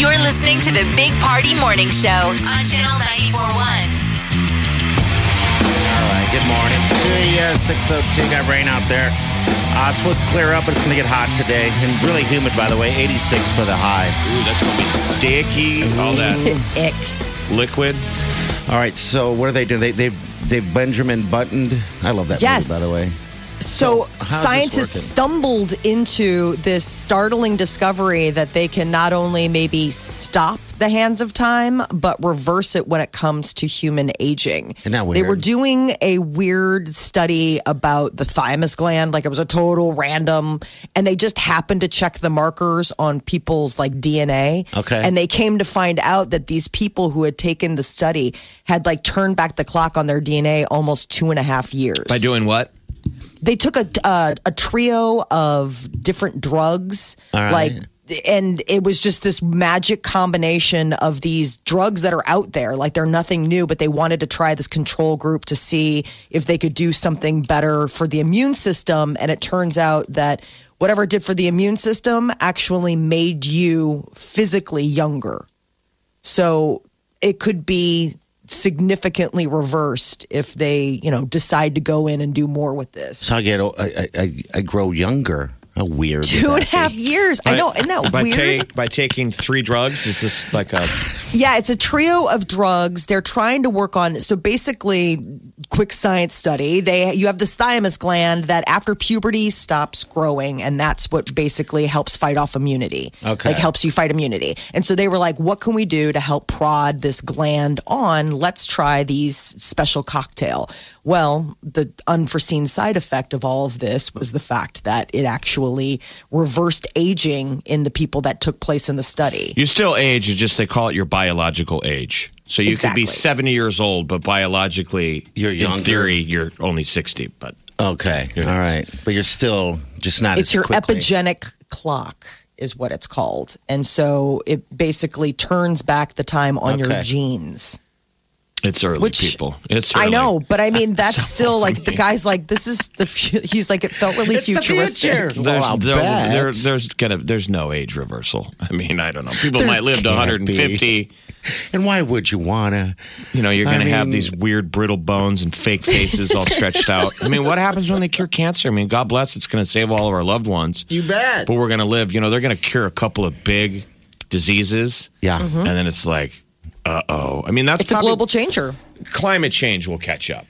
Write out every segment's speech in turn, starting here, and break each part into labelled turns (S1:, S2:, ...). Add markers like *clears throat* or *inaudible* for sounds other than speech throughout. S1: You're listening to the Big Party Morning Show on Channel 941.
S2: All right, good morning uh, to you. 602, got rain out there. Uh, it's supposed to clear up, but it's going to get hot today. And really humid, by the way. 86 for the high.
S3: Ooh, that's gonna be sticky. All that
S4: Ick.
S3: liquid.
S2: All right, so what do they do? They, they, they Benjamin buttoned. I love that
S5: Yes.
S2: movie, by the way.
S5: So,
S2: So, how's this working?
S5: scientists stumbled into this startling discovery that they can not only maybe stop the hands of time, but reverse it when it comes to human aging.
S2: Isn't that
S5: They were
S2: weird?
S5: doing a weird study about the thymus gland, like it was a total random, and they just happened to check the markers on people's like DNA.
S2: Okay.
S5: And they came to find out that these people who had taken the study had like turned back the clock on their DNA almost two and a half years
S3: By doing what?
S5: they took a uh, a trio of different drugs
S2: All right.
S5: like and it was just this magic combination of these drugs that are out there like they're nothing new but they wanted to try this control group to see if they could do something better for the immune system and it turns out that whatever it did for the immune system actually made you physically younger so it could be significantly reversed if they, you know, decide to go in and do more with this.
S2: So I get, o- I, I- I, I grow younger. How weird. would
S5: *laughs* Two and a
S2: that be?
S5: half years. I know. Isn't that
S3: by,
S5: weird?
S3: ta- by taking three drugs, is this like a
S5: Yeah, it's a trio of drugs. They're trying to work on so basically quick science study. They you have this thymus gland that after puberty stops growing and that's what basically helps fight off immunity.
S2: Okay.
S5: Like helps you fight immunity. And so they were like what can we do to help prod this gland on? Let's try these special cocktail. Well, the unforeseen side effect of all of this was the fact that it actually reversed aging in the people that took place in the study.
S3: You still age, you just they call it your biological age. So you could be
S5: Exactly.
S3: 70 years old, but biologically,
S2: You're
S3: in
S2: younger.
S3: theory, you're only 60. But
S2: *laughs* Okay. All right. But you're still just not
S5: it's
S2: as
S5: your
S2: quickly.
S5: epigenic clock is what it's called and so it basically turns back the time on
S2: Okay.
S5: your genes
S3: it's early,
S5: Which-
S3: people. It's early.
S5: i know
S2: *laughs*
S5: but i mean that's still like the guy's like this is the fu- *laughs* he's like it felt really
S2: It's the
S5: futuristic
S2: future.
S3: There's,
S2: Well, I'll
S3: there,
S2: bet.
S3: there- there's gonna there's no age reversal. I mean, I don't know. People
S2: There
S3: might live to
S2: can't
S3: 150.
S2: be. And why would you wanna?
S3: You know, you're
S2: I
S3: gonna have
S2: mean-
S3: these weird brittle bones and fake faces all stretched out. I mean, what happens when they cure cancer? I mean, God bless, it's gonna save all of our loved ones.
S2: You bet.
S3: But we're gonna live. You know, they're gonna cure a couple of big diseases.
S2: Yeah.
S5: Mm-hmm.
S3: and then it's like, uh oh. I mean, that's
S5: it's a
S3: probably
S5: global changer
S3: climate change will catch up.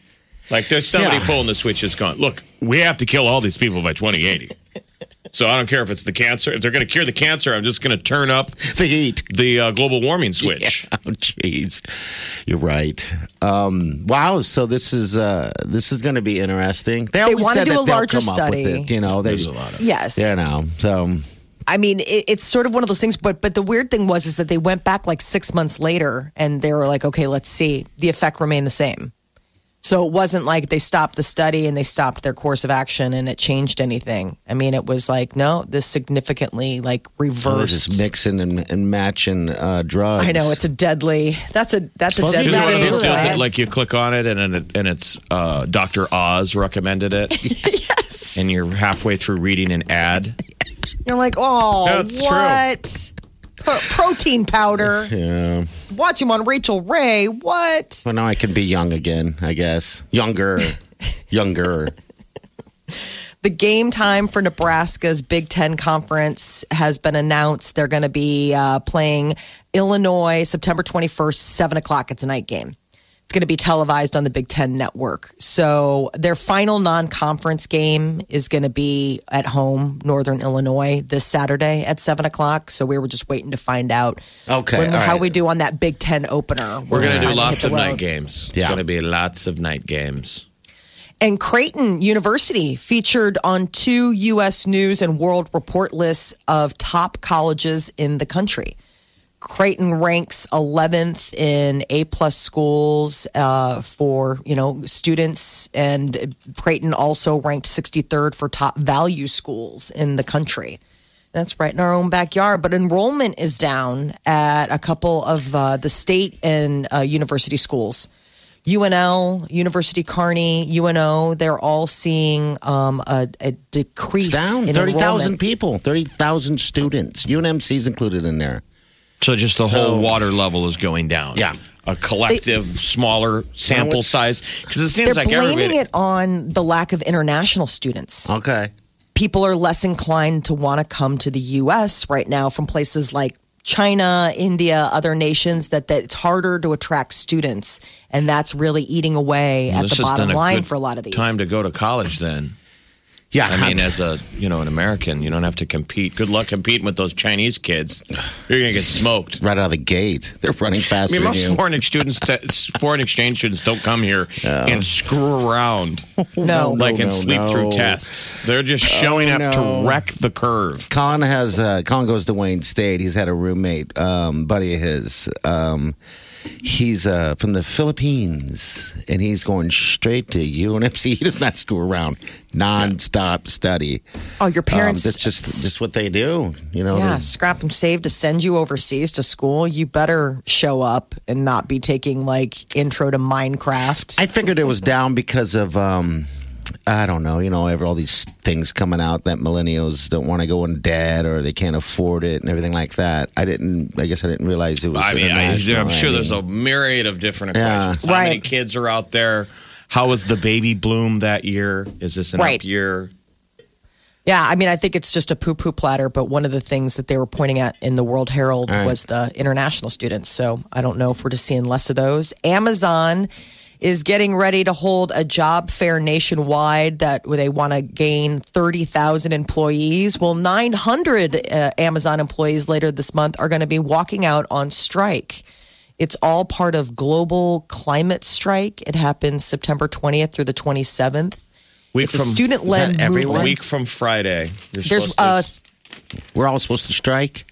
S3: Like there's somebody
S2: Yeah.
S3: pulling the switch that's gone. Look, we have to kill all these people by 2080. so I don't care if it's the cancer. If they're going to cure the cancer, I'm just going to turn up
S2: The heat.
S3: the uh, global warming
S5: *laughs*
S3: switch.
S2: Oh, jeez. You're right. Um, wow. So this is uh, this is going to be interesting. They, always
S5: wanna
S2: said
S5: do
S2: that
S5: a
S2: they'll
S5: larger
S2: come up with
S5: study.
S2: it, you know, they,
S3: There's a lot of
S5: yes
S2: You know, so
S5: I mean, it, it's sort of one of those things. But but the weird thing was is that they went back like six months later, and they were like, okay, let's see. The effect remained the same. So it wasn't like they stopped the study and they stopped their course of action and it changed anything. I mean, it was like, no, this significantly like
S2: we're
S5: reversed.
S2: just mixing and, and matching uh, drugs.
S5: I know it's a deadly. That's a that's a
S2: Supposed to be Yeah,
S3: Is it one of
S5: deadly.
S3: those
S2: you're
S3: deals
S2: right.
S3: that like you click on it and and, it, and it's uh, Dr. Oz recommended
S5: *laughs*
S3: it? yes. And you're halfway through reading an ad.
S5: You're like, oh,
S3: That's true.
S5: what? Pro- protein powder.
S2: Yeah.
S5: Watch him on Rachel Ray. What?
S2: Well, now I can be young again, I guess.
S5: *laughs*
S2: Younger. younger.
S5: The game time for Nebraska's Big Ten Conference has been announced. They're going to be uh, playing Illinois September 21st, 7 o'clock. It's a night game. It's going to be televised on the Big Ten network. So their final non conference game is going to be at home, Northern Illinois, this Saturday at 7 o'clock. So we were just waiting to find out
S2: Okay,
S5: when-
S2: all
S5: how
S2: right.
S5: we do on that Big Ten opener.
S3: We're going to do
S5: Finally hit
S3: lots
S5: the
S3: of
S5: road.
S3: night games. It's
S2: Yeah.
S3: going to be lots of night games.
S5: And Creighton University featured on two U.S. News and World Report lists of top colleges in the country. Creighton ranks 11th in A plus schools uh, for you know students, and Creighton also ranked 63rd for top value schools in the country. That's right in our own backyard. But enrollment is down at a couple of uh, the state and uh, university schools. UNL, University Kearney, UNO, they're all seeing um, a, a decrease
S2: It's down
S5: in
S2: 30,000
S5: enrollment.
S2: people, 30,000 students. UNMC's included in there.
S3: So just the
S2: So-
S3: whole water level is going down.
S2: Yeah.
S3: A collective smaller sample
S2: it's-
S3: size because it seems
S5: They're
S3: like
S5: blaming
S3: everybody.
S5: it on the lack of international students.
S2: Okay.
S5: people are less inclined to want to come to the US right now from places like China, India, other nations that, that it's harder to attract students and that's really eating away at
S3: This
S5: the
S3: has
S5: bottom
S3: been a
S5: line
S3: good
S5: for a lot of these.
S3: Time to go to college then.
S2: Yeah.
S5: *laughs*
S2: *laughs*
S3: I mean, as a you know an American, you don't have to compete. Good luck competing with those Chinese kids. You're gonna get smoked.
S2: right out of the gate, they're running
S3: I
S2: faster
S3: mean,
S2: than
S3: most
S2: you.
S3: foreign students, foreign exchange students, don't come here and
S2: *laughs*
S3: screw around
S5: no.
S3: like and
S2: Oh, no,
S3: sleep
S2: no. Oh,
S3: through tests. They're just showing up
S2: no.
S3: to wreck the curve.
S2: Con has uh, Con goes to Wayne State. He's had a roommate, um, buddy of his. Um, he's uh, from the Philippines, and he's going straight to UNMC. *laughs* He does not screw around, nonstop study.
S5: oh, your
S2: Um,
S5: parents
S2: that's just just what they do. You know,
S5: yeah, scrap and save to send you overseas to school. You better show up and not be taking like intro to Minecraft.
S2: I figured it was down because of um, I don't know, you know, ever all these things coming out that millennials don't want to go in debt or they can't afford it and everything like that. I didn't. I guess I didn't realize it was.
S3: I mean, I,
S2: international.
S3: I'm sure
S2: I
S3: there's
S2: mean,
S3: a myriad of different
S2: Yeah.
S3: equations. How many
S5: Right.
S3: kids are out there? How was the baby bloom that year? Is this an
S5: Right.
S3: up year?
S5: Yeah, I mean, I think it's just a poo poo platter, but one of the things that they were pointing at in the World Herald
S2: right.
S5: was the international students. So I don't know if we're just seeing less of those. Amazon is getting ready to hold a job fair nationwide that where they want to gain 30,000 employees. Well, 900 uh, Amazon employees later this month are going to be walking out on strike. It's all part of global climate strike. It happens September 20th through the *laughs* 27th.
S3: Week
S5: It's a student-led
S3: every
S5: movement.
S3: week from Friday. You're
S5: There's
S3: supposed to-
S5: uh,
S2: we're all supposed to strike.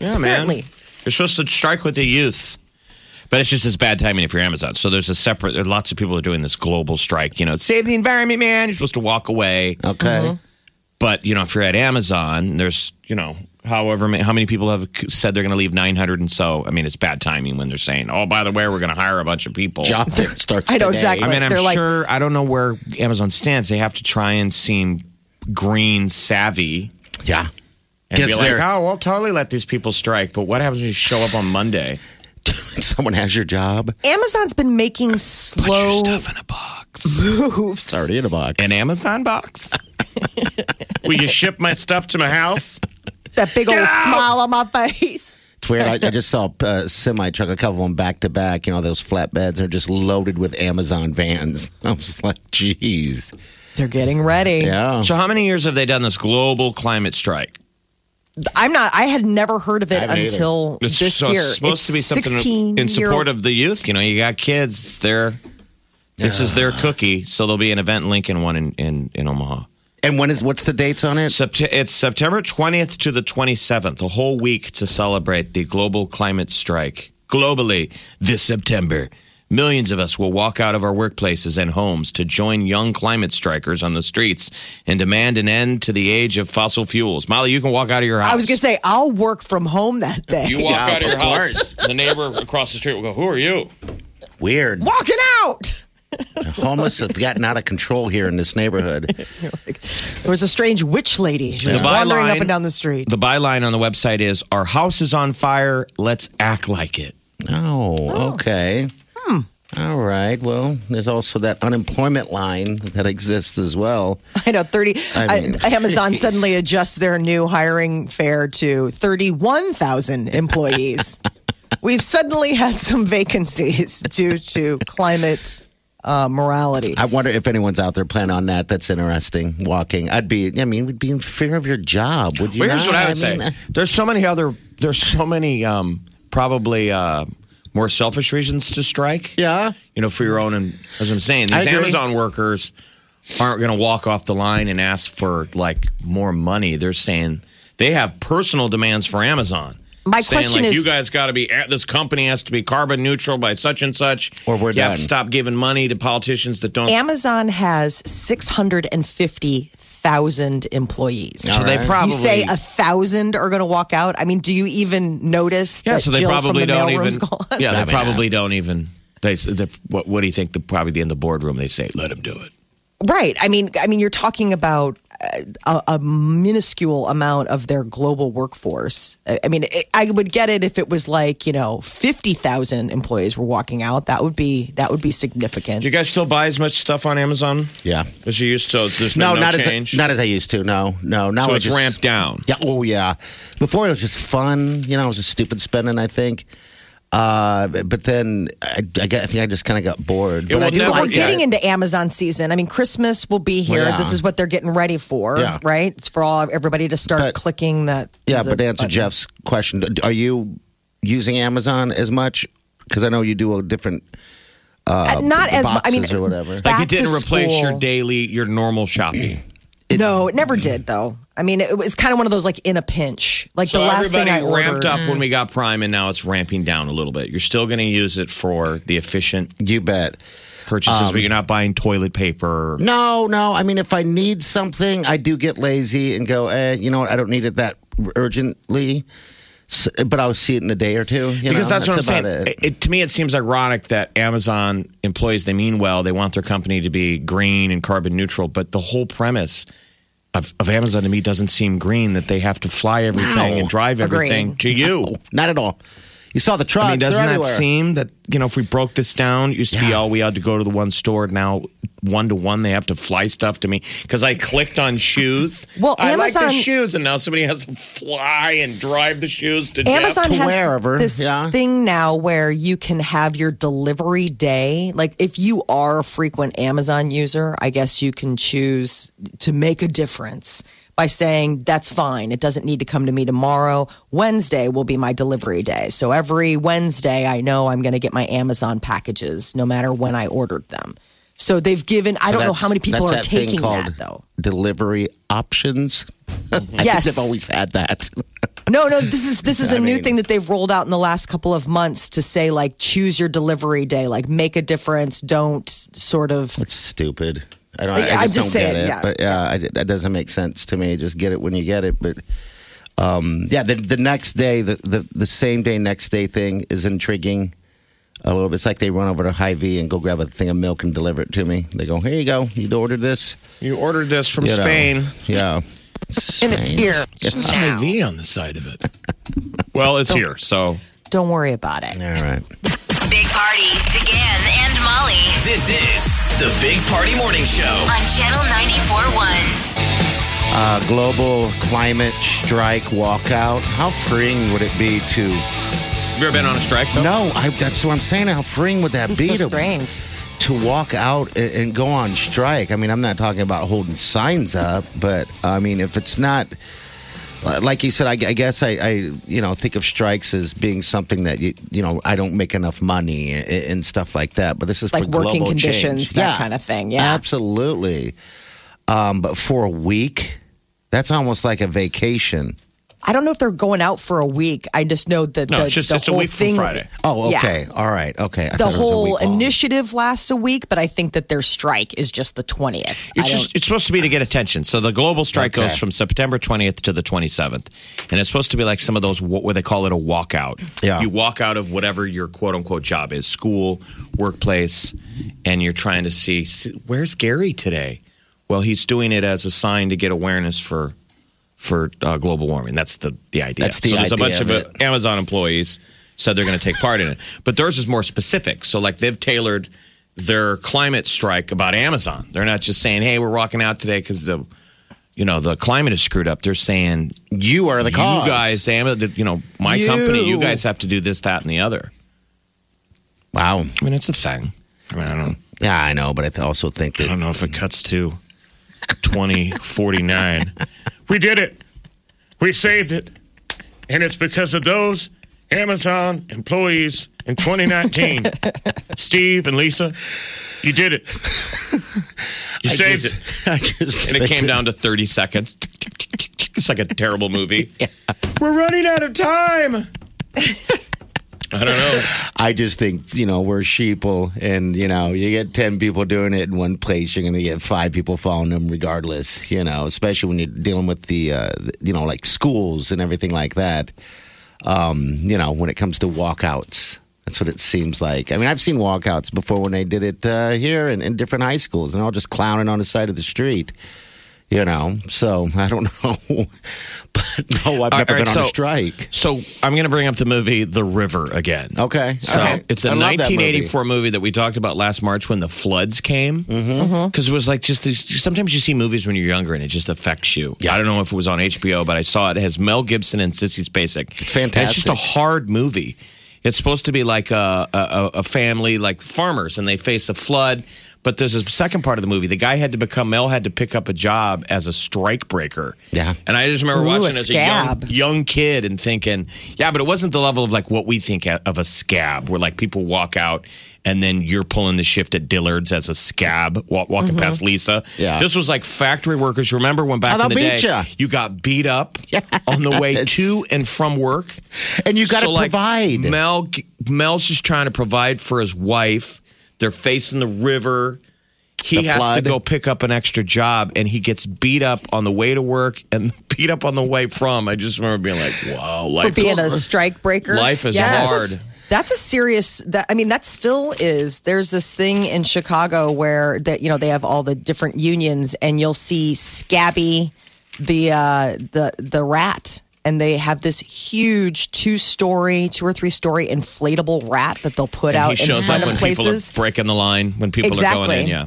S3: yeah, man.
S5: apparently.
S3: You're supposed to strike with the youth. But it's just as bad timing if you're Amazon. So there's a separate. There are lots of people are doing this global strike. You know, save the environment, man. You're supposed to walk away.
S2: Okay.
S5: Mm-hmm.
S3: But you know, if you're at Amazon, there's you know, however ma- how many people have said they're going to leave 900 and so. I mean, it's bad timing when they're saying, "Oh, by the way, we're going to hire a bunch of people."
S2: Job fair starts.
S5: *laughs* I know
S2: today.
S5: exactly.
S3: I mean, I'm
S5: They're like-
S3: sure. I don't know where Amazon stands. They have to try and seem green savvy
S2: Yeah.
S3: and
S2: Yes,
S3: be like,
S2: sir.
S3: "Oh, we'll totally let these people strike." But what happens when you show up on Monday?
S2: *laughs* Someone has your job.
S5: Amazon's been making slow
S3: in a box,
S5: *laughs* moves.
S2: It's already in a box.
S3: an Amazon box. *laughs* Will you ship my stuff to my house?
S5: That big old smile on my face.
S2: It's weird. *laughs* I, I just saw a semi truck, a couple of them back to back. You know, those flatbeds are just loaded with Amazon vans. *laughs* I was like, jeez.
S5: They're getting ready.
S2: Yeah.
S3: So, how many years have they done this global climate strike?
S5: I'm not. I had never heard of it
S2: I haven't either.
S5: until this
S3: so
S5: year.
S3: It's supposed
S5: It's
S3: to be something
S5: 16
S3: in
S5: year-
S3: support of the youth. You know, you got kids. It's their this is their cookie. So there'll be an event in Lincoln, one in in, in Omaha.
S2: And when is what's the dates on it?
S3: Sept- it's September twentieth to the twenty seventh. A whole week to celebrate the global climate strike. Globally, this September. Millions of us will walk out of our workplaces and homes to join young climate strikers on the streets and demand an end to the age of fossil fuels. Molly, you can walk out of your house.
S5: I was gonna say I'll work from home that day.
S3: You walk
S2: Yeah,
S3: out of your
S2: of
S3: house, *laughs* the neighbor across the street will go, Who are you?
S2: Weird.
S5: Walking out.
S2: Homeless have gotten out of control here in this *laughs* neighborhood.
S5: There was a strange witch lady. She was
S3: The
S5: wandering
S3: byline-
S5: up and down the street.
S3: The byline on the website is Our house is on fire. Let's act like it.
S2: Oh, okay.
S5: Hmm.
S2: All right. Well, there's also that unemployment line that exists as well.
S5: I know thirty.
S2: I
S3: *laughs*
S2: mean,
S5: I- Amazon
S2: geez.
S5: suddenly adjusts their new hiring fare to thirty-one
S3: *laughs*
S5: thousand employees. We've suddenly had some vacancies due to climate uh, morality.
S2: I wonder if anyone's out there planning on that. That's interesting. Walking, I'd be. I mean, would be in fear of your job. Would you?
S3: Well, here's
S2: not? uh,
S3: what I would
S2: mean,
S3: say. There's so many other, there's so many um, probably uh, more selfish reasons to strike.
S2: Yeah.
S3: You know, for your own, and as I'm saying,
S2: I
S3: these
S2: agree.
S3: Amazon workers aren't going to walk off the line and ask for like more money. They're saying they have personal demands for Amazon.
S5: My
S3: saying,
S5: question
S3: like,
S5: is-
S3: you guys got to be this company has to be carbon neutral by such and such,
S2: Or we're
S3: you have
S2: done.
S3: to stop giving money to politicians that don't.
S5: Amazon has 650,000 employees.
S3: so they
S2: Alright.
S3: probably
S5: You say a thousand are going to walk out. I mean, do you even notice?
S3: Yeah,
S5: that
S3: so they
S5: Jill
S3: probably
S5: from the
S3: don't
S5: mailroom's
S3: even. *laughs*
S5: Gone? *laughs*
S3: Yeah,
S2: I
S3: they
S2: mean,
S3: probably don't even. They, they, what, what do you think? The, probably in the boardroom, they say, "Let him do it."
S5: right. I mean, I mean, you're talking about uh, a, a minuscule amount of their global workforce. I I mean, it, I would get it if it was like you know fifty thousand employees were walking out. That would be that would be significant.
S3: Do you guys still buy as much stuff on Amazon
S2: Yeah.
S3: as you used to? There's
S2: No,
S3: no, no
S2: not
S3: change.
S2: as I, not as I used to. No, no. Now
S3: so
S2: I
S3: it's
S2: just-
S3: ramped down.
S2: Yeah. Oh, yeah. Before it was just fun. You know, it was just stupid spending. I think. Uh, but then I, I, gu- I think I just kind of got bored.
S3: It
S2: but I
S3: will
S2: do
S3: never-
S5: But
S2: like
S5: we're
S3: yeah.
S5: getting into Amazon season. I mean, Christmas will be here.
S2: Well, yeah.
S5: This is what they're getting ready for,
S2: Yeah.
S5: right? It's for all everybody to start
S2: But-
S5: clicking that.
S2: Yeah,
S5: the
S2: but to answer
S5: button.
S2: Jeff's question, are you using Amazon as much? Because I know you do a different.
S5: Uh, not as mu- I mean,
S2: boxes or whatever.
S5: back
S3: Like it didn't
S5: to
S3: replace your
S5: school-
S3: daily, your normal shopping.
S5: no, it never did though. I mean, it was kind of one of those like in a pinch. Like
S3: So
S5: *clears throat* the last thing
S3: everybody
S5: I
S3: ramped
S5: ordered. Mm.
S3: up when we got Prime, and now it's ramping down a little bit. You're still going to use it for the efficient
S2: You bet.
S3: purchases,
S5: Um,
S3: but you're not buying toilet paper.
S2: No, no. I mean, if I need something, I do get lazy and go, eh, you know what? I don't need it that urgently. S but I'll see it in a day or two. you
S3: because
S2: know?
S3: that's, what I'm
S2: about
S3: saying.
S2: it.
S3: It- to me, it seems ironic that Amazon employees they mean well. They want their company to be green and carbon neutral, but the whole premise of, of Amazon to me doesn't seem green. That they have to fly everything
S2: No.
S3: and drive everything
S5: Agreed.
S3: to you.
S2: Not at all. You saw the trucks.
S3: I mean, doesn't
S2: they're
S3: that
S2: everywhere.
S3: seem that you know if we broke this down, it used to be
S2: Yeah.
S3: all we had to go to the one store. Now one to one, they have to fly stuff to me because I clicked on shoes.
S5: Well,
S3: I like the
S5: Amazon-
S3: shoes, and now somebody has to fly and drive the shoes to Jeff.
S5: Amazon
S2: to
S5: has
S2: wherever,
S5: this
S2: yeah.
S5: thing now where you can have your delivery day. Like if you are a frequent Amazon user, I guess you can choose to make a difference by saying that's fine. It doesn't need to come to me tomorrow. Wednesday will be my delivery day. So every Wednesday I know I'm going to get my Amazon packages no matter when I ordered them. So they've given I
S2: So
S5: don't know
S2: that's-
S5: how many people
S2: that's
S5: are
S2: that thing
S5: taking
S2: called
S5: that though.
S2: Delivery options. I think
S5: Yes.
S2: they've always had that.
S5: No, no, this is this is a
S2: I
S5: new
S2: mean-
S5: thing that they've rolled out in the last couple of months to say like choose your delivery day, like make a difference, don't sort of
S2: It's stupid. I don't. I,
S5: Yeah,
S2: I
S5: I'm
S2: just,
S5: just
S2: don't
S5: saying,
S2: get it.
S5: yeah.
S2: But yeah, I, that doesn't make sense to me. Just get it when you get it. But um, yeah, the, the next day, the, the the same day, next day thing is intriguing. A little bit. It's like they run over to High V and go grab a thing of milk and deliver it to me. They go, "Here you go. You ordered this
S3: you ordered this from
S2: You know.
S3: Spain.
S2: Yeah,
S5: and it's here.
S3: There's an IV on the side of it. *laughs* Well, it's here, so
S5: Don't worry about it.
S2: All right.
S1: Big Party, DeGan and Molly
S6: This is the Big Party Morning Show.
S1: on Channel 94.1.
S2: A Uh, global climate strike walkout. How freeing would it be to?
S3: have you ever been on a strike? Though?
S2: No, I, that's what I'm saying. How freeing would that
S5: It's
S2: be
S5: so
S2: to
S5: strange.
S2: to walk out and, and go on strike. I mean, I'm not talking about holding signs up, but I mean, if it's not, like you said, I, I guess I, I, you know, think of strikes as being something that you, you know, I don't make enough money and, and stuff like that. But this is
S5: Like
S2: for
S5: working
S2: global
S5: conditions,
S2: change.
S5: that kind of thing, yeah.
S2: absolutely. Um, but for a week, that's almost like a vacation.
S5: I don't know if they're going out for a week. I just know that
S3: No,
S5: the,
S3: it's just-
S5: the
S3: it's a
S5: whole
S3: week from
S5: thing.
S3: Friday.
S2: Oh,
S5: Yeah.
S2: okay, all right, okay. I
S5: The
S2: thought it was a
S5: whole
S2: week long.
S5: initiative lasts a week, but I think that their strike is just the twentieth.
S3: It's, just, it's supposed to be to get attention. So the global strike
S2: Okay.
S3: goes from September 20th to the 27th. And it's supposed to be like some of those, what where they call it a walkout.
S2: Yeah.
S3: You walk out of whatever your quote unquote job is school, workplace, and you're trying to see, see, where's Gary today? Well, he's doing it as a sign to get awareness for for uh, global warming. That's the, the idea.
S2: That's the
S3: so there's a
S2: idea
S3: bunch
S2: of
S3: of uh,
S2: it.
S3: Amazon employees said they're going to take part in it. But theirs is more specific. So like they've tailored their climate strike about Amazon. They're not just saying, "Hey, we're walking out today because the you know the climate is screwed up." They're saying,
S2: you are the cause,
S3: "You guys, Amazon, you know my
S5: You.
S3: company, you guys have to do this, that, and the other."
S2: Wow,
S3: I mean, it's a thing. I mean, I don't,
S2: yeah, I know, but I th- also think
S3: I
S2: that
S3: don't know if it cuts to twenty forty nine. We did it. We saved it, and it's because of those Amazon employees
S7: in
S3: *laughs*
S7: 2019. Steve and Lisa, you did it. You saved
S2: just-
S7: it.
S2: *laughs* I just
S3: And it
S2: think
S3: came
S2: that-
S3: down to 30 seconds. Tick, tick, tick, tick, tick. It's like a terrible movie.
S7: We're running out of time. I don't know.
S2: I just think, you know, we're sheeple and, you know, you get 10 people doing it in one place, you're going to get five people following them regardless, you know, especially when you're dealing with the, uh, you know, like schools and everything like that. Um, you know, when it comes to walkouts, that's what it seems like. I mean, I've seen walkouts before when they did it uh, here in, in different high schools and all just clowning on the side of the street. You know, so *laughs* I don't know, but no, I've
S3: All
S2: never
S3: right,
S2: been on
S3: so-
S2: a strike.
S3: So I'm going to bring up the movie The River again.
S2: Okay,
S3: So
S2: okay.
S3: it's a
S2: I love that movie.
S3: 1984 movie. that we talked about last March when the floods came.
S2: Mm-hmm.
S3: Because
S5: Mm-hmm.
S3: it was like just these, sometimes you see movies when you're younger and it just affects you. I don't know if it was on HBO, but I saw it. It has Mel Gibson and Sissy Spacek.
S2: It's
S3: And it's just a
S2: fantastic.
S3: hard movie. It's supposed to be like a, a, a- a family, like farmers, and they face a flood. But there's a second part of the movie. The guy had to become Mel had to pick up a job as a strike breaker.
S2: Yeah.
S3: and I just remember
S5: Ooh, a
S3: watching as a young,
S5: scab.
S3: young kid and thinking, yeah, but it wasn't the level of like what we think of a scab, where like people walk out and then you're pulling the shift at Dillard's as a scab wa- walking past Lisa.
S2: Mm-hmm. Yeah.
S3: This was like factory workers. Remember when back
S2: How
S3: in the
S2: they
S3: day
S2: beat ya.
S3: you got
S2: *laughs*
S3: beat up on the way
S2: Yes.
S3: to and from work?
S2: and you got to
S3: So, like,
S2: provide.
S3: Mel Mel's just trying to provide for his wife. They're facing the river. He
S2: The
S3: has to
S2: flood.
S3: go pick up an extra job, and he gets beat up on the way to work and *laughs* beat up on the way from. I just remember being like, "Wow,
S5: for
S3: life
S5: being a *laughs*
S3: is-
S5: strike breaker.
S3: Life is
S5: that's a-
S3: hard.
S5: That's a serious. That I mean, that still is. There's this thing in Chicago where that you know they have all the different unions, and you'll see Scabby, the uh, the the rat, and they have this huge two story, two or three story inflatable rat that they'll put
S3: And
S5: out
S3: he shows up
S5: in random
S3: when
S5: places.
S3: people are breaking the line, when people are going in.
S5: Exactly.
S3: Yeah,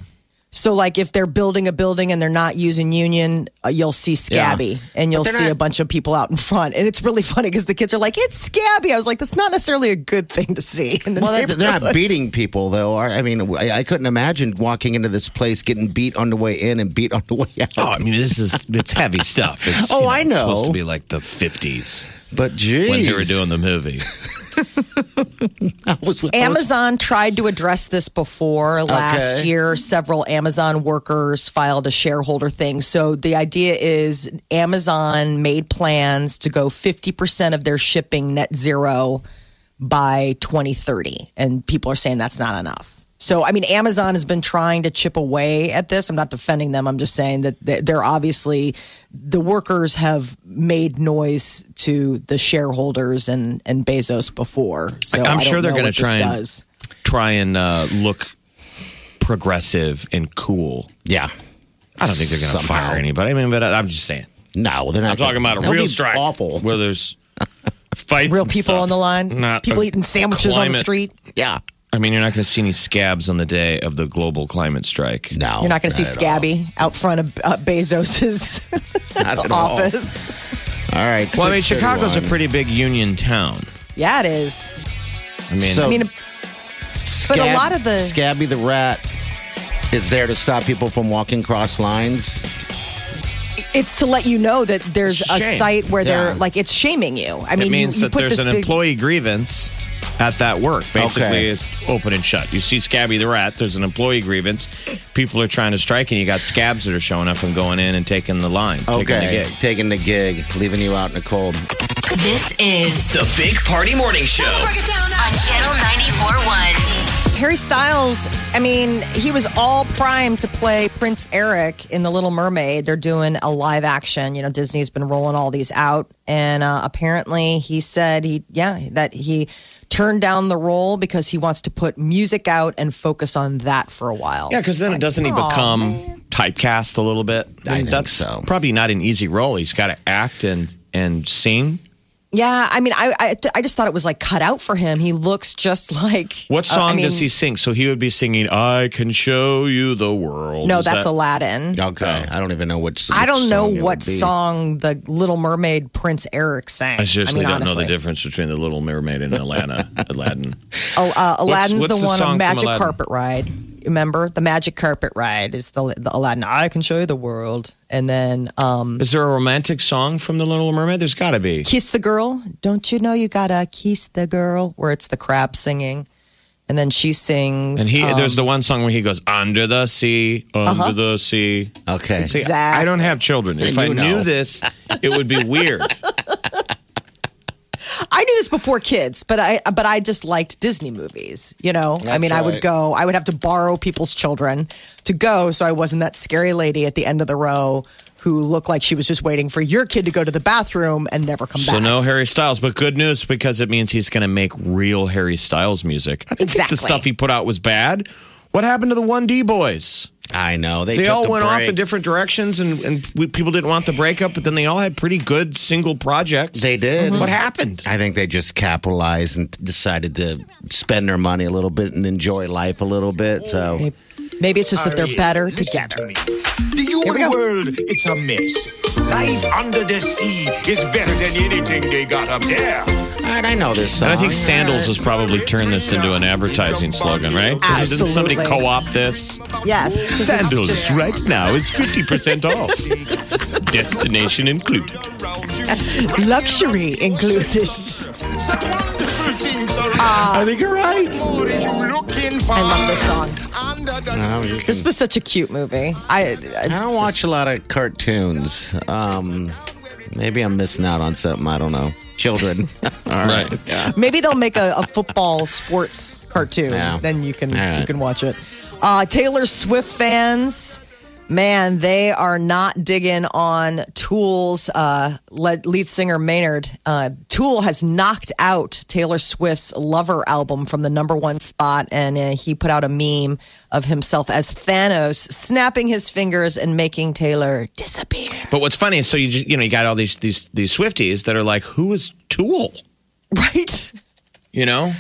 S5: so, like if they're building a building and they're not using union, uh, you'll see Scabby, and you'll see a bunch of people out in front, and it's really *laughs* funny because the kids are like, "It's Scabby." I was like, "That's not necessarily a good thing to see." *laughs* In the
S2: Well, they're, they're not
S5: neighborhood.
S2: beating people, though. are- I mean, I, I couldn't imagine walking into this place getting beat on the way in and beat on the way out.
S3: Oh, I mean, this is it's heavy stuff.
S2: *laughs*
S3: It's,
S2: Oh,
S3: you
S2: I
S3: It's
S2: know.
S3: supposed to be like the fifties
S2: *laughs* But geez,
S3: when they were doing the movie.
S2: I was- I was-
S5: Amazon tried to address this before last
S2: Okay.
S5: year. Several Amazon workers filed a shareholder thing. So the idea is Amazon made plans to go 50% of their shipping net zero by 2030. And people are saying that's not enough. So, I mean, Amazon has been trying to chip away at this. I'm not defending them. I'm just saying that they- they're obviously, the workers have made noise to the shareholders and, and Bezos before. So
S3: I'm sure they're
S5: going
S3: gonna
S5: to
S3: try and-
S5: does.
S3: Try and uh, look progressive and cool.
S2: yeah.
S3: I don't think they're going to
S2: Somehow.
S3: fire anybody. I mean, but I, I'm just saying.
S2: No, they're not.
S7: I'm talking about a
S2: That'd
S7: real
S2: be
S7: strike.
S2: Awful.
S7: Where there's fights.
S5: real
S7: and
S5: people
S7: stuff.
S5: on the line,
S7: Not
S5: people
S7: a
S5: eating sandwiches on the
S7: climate-
S5: street.
S2: Yeah.
S3: I mean, you're not going to see any scabs on the day of the global climate strike.
S2: No,
S5: You're not going to see
S2: at all.
S5: Scabby out front of uh, Bezos's
S2: Not at all.
S5: *laughs* office.
S2: All right.
S3: Well, I mean, Chicago's a
S2: 631.
S3: pretty big union town.
S5: Yeah, it is.
S3: I mean,
S2: So-
S5: I mean, but a lot of the-
S2: Scabby the rat is there to stop people from walking cross lines.
S5: it's to let you know that there's
S3: It's
S5: a
S3: shame.
S5: site where they're
S2: Yeah.
S5: like it's shaming you. I mean,
S3: it
S5: you-
S3: means
S5: you,
S3: that
S5: put
S3: there's
S5: this
S3: an
S5: big,
S3: employee grievance at that work. Basically,
S2: Okay.
S3: it's open and shut. You see Scabby the Rat, there's an employee grievance. People are trying to strike, and you got scabs that are showing up and going in and taking the line, taking the
S2: Okay,
S3: gig.
S2: taking the gig, leaving you out in the cold.
S1: This is
S6: The Big Party Morning Show.
S1: on Channel 94.1.
S5: Harry Styles. I mean, he was all primed to play Prince Eric in The Little Mermaid. They're doing a live action. You know, Disney's been rolling all these out, and uh, apparently, he said he yeah that he turned down the role because he wants to put music out and focus on that for a while.
S3: Yeah, because then it doesn't he become typecast a little bit?
S2: I think
S3: that's
S2: so.
S3: probably not an easy role. He's got to act and and sing.
S5: Yeah, I mean, I, I I just thought it was like cut out for him. He looks just *laughs* like
S3: What
S5: uh,
S3: song
S5: I mean,
S3: does he sing? So he would be singing, "I can show you the world."
S5: No,
S3: Is
S5: that's
S3: that-
S5: Aladdin.
S2: Okay, I don't even know which.
S5: I
S2: which
S5: don't know
S2: song it
S5: what
S2: would be.
S5: song the Little Mermaid Prince Eric sang.
S3: I seriously
S5: mean,
S3: don't
S5: honestly.
S3: know the difference between the Little Mermaid and Alana, Aladdin.
S5: Oh, uh, Aladdin's
S3: what's
S5: the
S3: the
S5: one
S3: song
S5: on
S3: from
S5: Magic
S3: Aladdin?
S5: Carpet Ride. Remember the magic carpet ride is the, the Aladdin. I can show you the world, and then um,
S3: Is there a romantic song from The Little Mermaid? There's got to be.
S5: kiss the girl. Don't you know you gotta kiss the girl? Where it's the crab singing, and then she sings.
S3: And he,
S5: um, Uh-huh.
S3: there's the one song where he goes under the sea, under the sea.
S2: Okay.
S3: See, I I don't have children. If I
S2: You
S3: knew
S2: know.
S3: this, it would be weird.
S5: I knew this before kids, but I but I just liked Disney movies. You know, I
S2: That's
S5: mean, I would
S2: right.
S5: go. I would have to borrow people's children to go, so I wasn't that scary lady at the end of the row who looked like she was just waiting for your kid to go to the bathroom and never come
S3: so
S5: back.
S3: no Harry Styles, but good news because it means he's going to make real Harry Styles music. I didn't think
S5: Exactly.
S3: the stuff he put out was bad. What happened to the One D Boys?
S2: I know. They,
S3: They,
S2: took
S3: all
S2: the
S3: went off
S2: break.
S3: in different directions, and and we, people didn't want the breakup. But then they all had pretty good single projects.
S2: They did. Uh-huh.
S3: What happened?
S2: I think they just capitalized and decided to spend their money a little bit and enjoy life a little bit. So
S5: Maybe it's just that they're better together.
S6: The
S5: we go.
S6: human world, it's a mess. Life under the sea is better than anything they got up there.
S2: all right, I know this song.
S3: And I think Sandals has probably turned this into an advertising slogan, right? Didn't somebody
S5: Absolutely.
S3: co-opt *laughs* this?
S5: Yes, 'cause it's just-
S3: right now is
S2: *laughs*
S3: 50% off. Destination included.
S5: luxury included.
S6: Such wonderful things are I think you're right. I
S5: Ah. love this song.
S6: Under the
S8: Uh-huh.
S6: sea.
S5: This was such a cute movie. I, I
S2: Oh, I don't watch a lot of cartoons. Um, maybe I'm missing out on something. I don't know. Children. *laughs* all right.
S3: Right.
S5: Maybe they'll make a, a football sports cartoon.
S2: Yeah.
S5: Then you can
S2: All right.
S5: you can watch it. Uh, Taylor Swift fans, man, they are not digging on Tool's uh, lead, lead singer Maynard. Uh, Tool has knocked out Taylor Swift's Lover album from the number one spot, and uh, he put out a meme of himself as Thanos snapping his fingers and making Taylor disappear. *laughs*
S3: But what's funny is so you just, you know you got all these these these Swifties that are like who is Tool?
S5: Right?
S3: You know?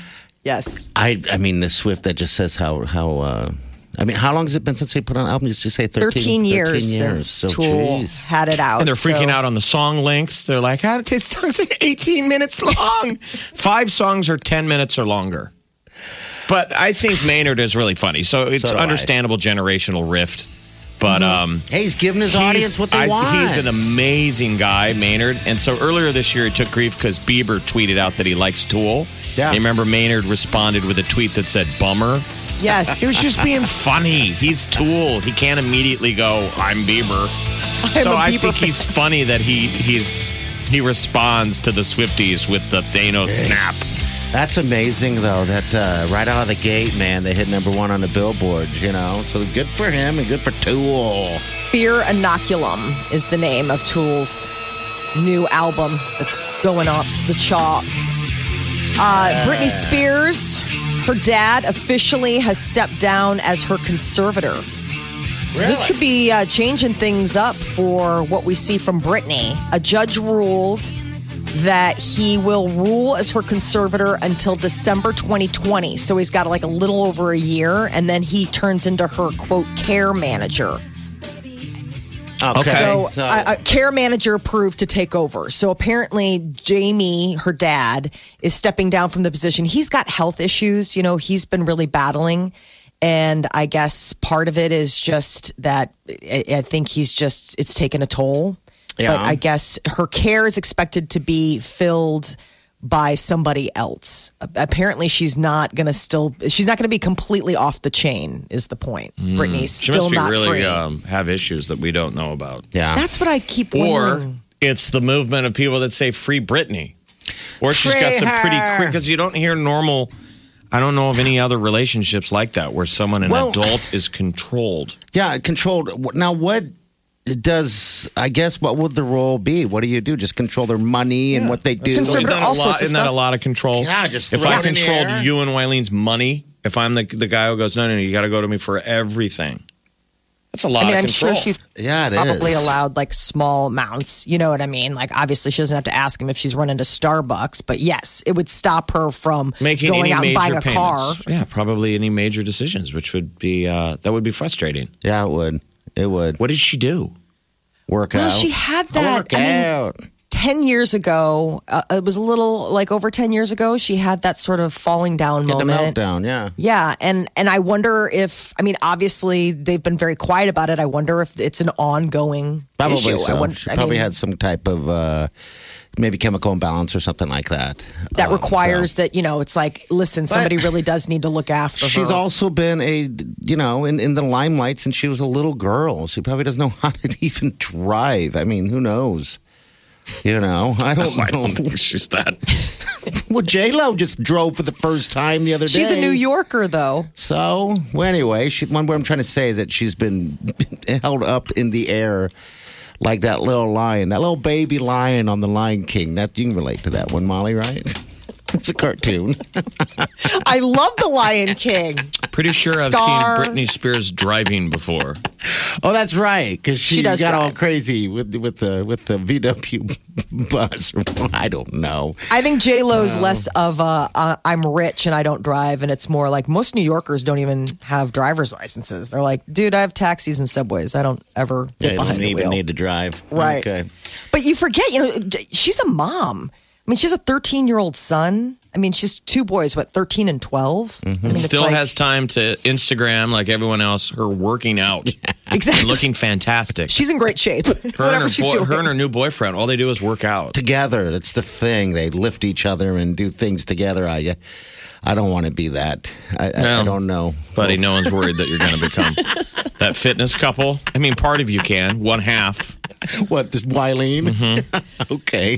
S5: Yes.
S2: I I mean the Swift that just says how how uh I mean how long has it been since they put out an album? You just say 13,
S5: 13 years, since
S2: so,
S5: Tool
S2: Oh, jeez.
S5: had it out.
S3: And they're freaking
S5: so-
S3: out on the song links. They're like, "How these songs are 18
S2: *laughs*
S3: minutes long. Five songs are 10 minutes or longer." But I think Maynard is really funny. So it's
S2: So do I.
S3: understandable generational rift. But um
S2: Hey, he's giving his audience what they
S3: I-
S2: want.
S3: He's an amazing guy, Maynard. And so earlier this year, he took grief because Bieber tweeted out that he likes Tool.
S2: Yeah.
S3: And remember, Maynard responded with a tweet that said "bummer."
S5: Yes.
S3: He was just being funny. He's Tool. He can't immediately go, "I'm Bieber." so
S5: a
S3: I
S5: Bieber
S3: think he's funny that he he's he responds to the Swifties with the Thanos snap.
S2: That's amazing though. That uh, right out of the gate, man, they hit number one on the billboards. You know, so good for him and good for Tool.
S5: Fear Inoculum is the name of Tool's new album that's going off the charts. Uh, Britney Spears, her dad officially has stepped down as her conservator. So this could be uh, changing things up for what we see from Britney. A judge ruled that he will rule as her conservator until December 2020. So he's got like a little over a year, and then he turns into her quote care manager.
S2: Okay,
S5: So, a, a care manager approved to take over. So apparently, Jamie, her dad, is stepping down from the position. He's got health issues. You know, he's been really battling. And I guess part of it is just that I, I think he's just, it's taken a toll.
S2: Yeah.
S5: But I guess her care is expected to be filled by somebody else. Apparently, she's not going to still, she's not going to be completely off the chain, is the point. Brittany's
S3: Hmm. She
S5: still
S3: must be
S5: not
S3: really
S5: free.
S3: um, have issues that we don't know about.
S2: yeah,
S5: That's what I keep wondering.
S3: or it's the movement of people that say free Britney, or she's got
S2: Free
S3: some pretty
S2: her.
S3: quick because you don't hear normal. I don't know of any other relationships like that where someone an
S2: Well-
S3: adult is controlled.
S2: yeah, controlled. Now what? Does I guess what would the role be? What do you do? Just control their money and what they do.
S3: Isn't
S5: Conservative
S3: that a
S5: all
S3: lot,
S5: sorts of
S3: isn't that a
S5: stuff.
S3: lot of control?
S2: Yeah, just
S3: if
S2: throw
S3: I
S2: it in the
S3: controlled
S2: air.
S3: you and Wylene's money, if I'm the the guy who goes, no, no, no you got to go to me for everything. That's a lot
S5: I mean,
S3: of
S5: I'm
S3: control.
S5: sure she's
S2: Yeah, it is.
S5: probably allowed like small amounts. You know what I mean? Like, obviously, she doesn't have to ask him if she's running to Starbucks, but yes, it would stop her from
S3: making
S5: going
S3: any
S5: out and
S3: major
S5: buying a car.
S3: payments. Yeah, probably any major decisions, which would be uh, that would be frustrating.
S2: Yeah, it would. It would
S3: What did she do?
S2: work
S5: Well,
S2: out.
S5: she had that.
S2: Work
S5: I mean,
S2: out.
S5: 10 years ago, uh, it was a little like over 10 years ago, she had that sort of falling down
S2: Get the
S5: moment.
S2: meltdown, yeah.
S5: Yeah, and and I wonder if I mean obviously they've been very quiet about it. I wonder if it's an ongoing
S2: Probably
S5: issue.
S2: so.
S5: I wonder,
S2: she probably
S5: I mean,
S2: had some type of uh, maybe chemical imbalance or something like that.
S5: that
S2: Um,
S5: requires that you know it's like listen, somebody really does need to look after
S2: She's
S5: her.
S2: also been a you know in, in the limelight since she was a little girl. She probably doesn't know *laughs* how to even drive. I mean, who knows? You know, I don't
S7: *laughs* Oh, I don't
S2: know.
S7: think she's that.
S2: *laughs* Well, J Lo just drove for the first time the other
S5: She's
S2: day.
S5: a New Yorker though.
S2: So, well, anyway, she, one, what I'm trying to say is that she's been *laughs* held up in the air like that little lion, that little baby lion on the Lion King. That you can relate to that one, Molly, right? *laughs* It's a cartoon.
S5: I love the Lion King.
S3: Pretty sure
S5: Scar.
S3: I've seen Britney Spears driving before.
S2: Oh, that's right, because she,
S5: She
S2: got
S5: does
S2: all
S5: drive.
S2: crazy with with the with the VW *laughs* bus. I don't know.
S5: I think J Lo's less of a uh, I'm rich and I don't drive, and it's more like most New Yorkers don't even have driver's licenses. They're like, dude, I have taxis and subways. I don't ever get
S2: They
S5: behind
S2: don't
S5: the
S2: even
S5: wheel.
S2: need to drive.
S5: Right.
S2: Okay.
S5: But you forget, you know, she's a mom. I mean, she has a 13 year old son. I mean, she's two boys, what, 13 and 12? I mean, it's
S3: Mm-hmm. Still
S5: like-
S3: has time to Instagram, like everyone else, her working
S5: *laughs*
S3: out and
S5: Exactly.
S3: looking fantastic.
S5: she's in great shape. *laughs*
S3: her, and
S5: Whatever
S3: her,
S5: she's
S3: boy-
S5: doing.
S3: her and her new boyfriend, all they do is work out.
S2: Together, that's the thing. They lift each other and do things together. I, I don't want to be that. I, I, I
S3: No.
S2: don't know.
S3: Buddy, no one's worried that you're going to become that fitness couple. I mean, part of you can, one half.
S2: What this Wileen? *laughs* okay.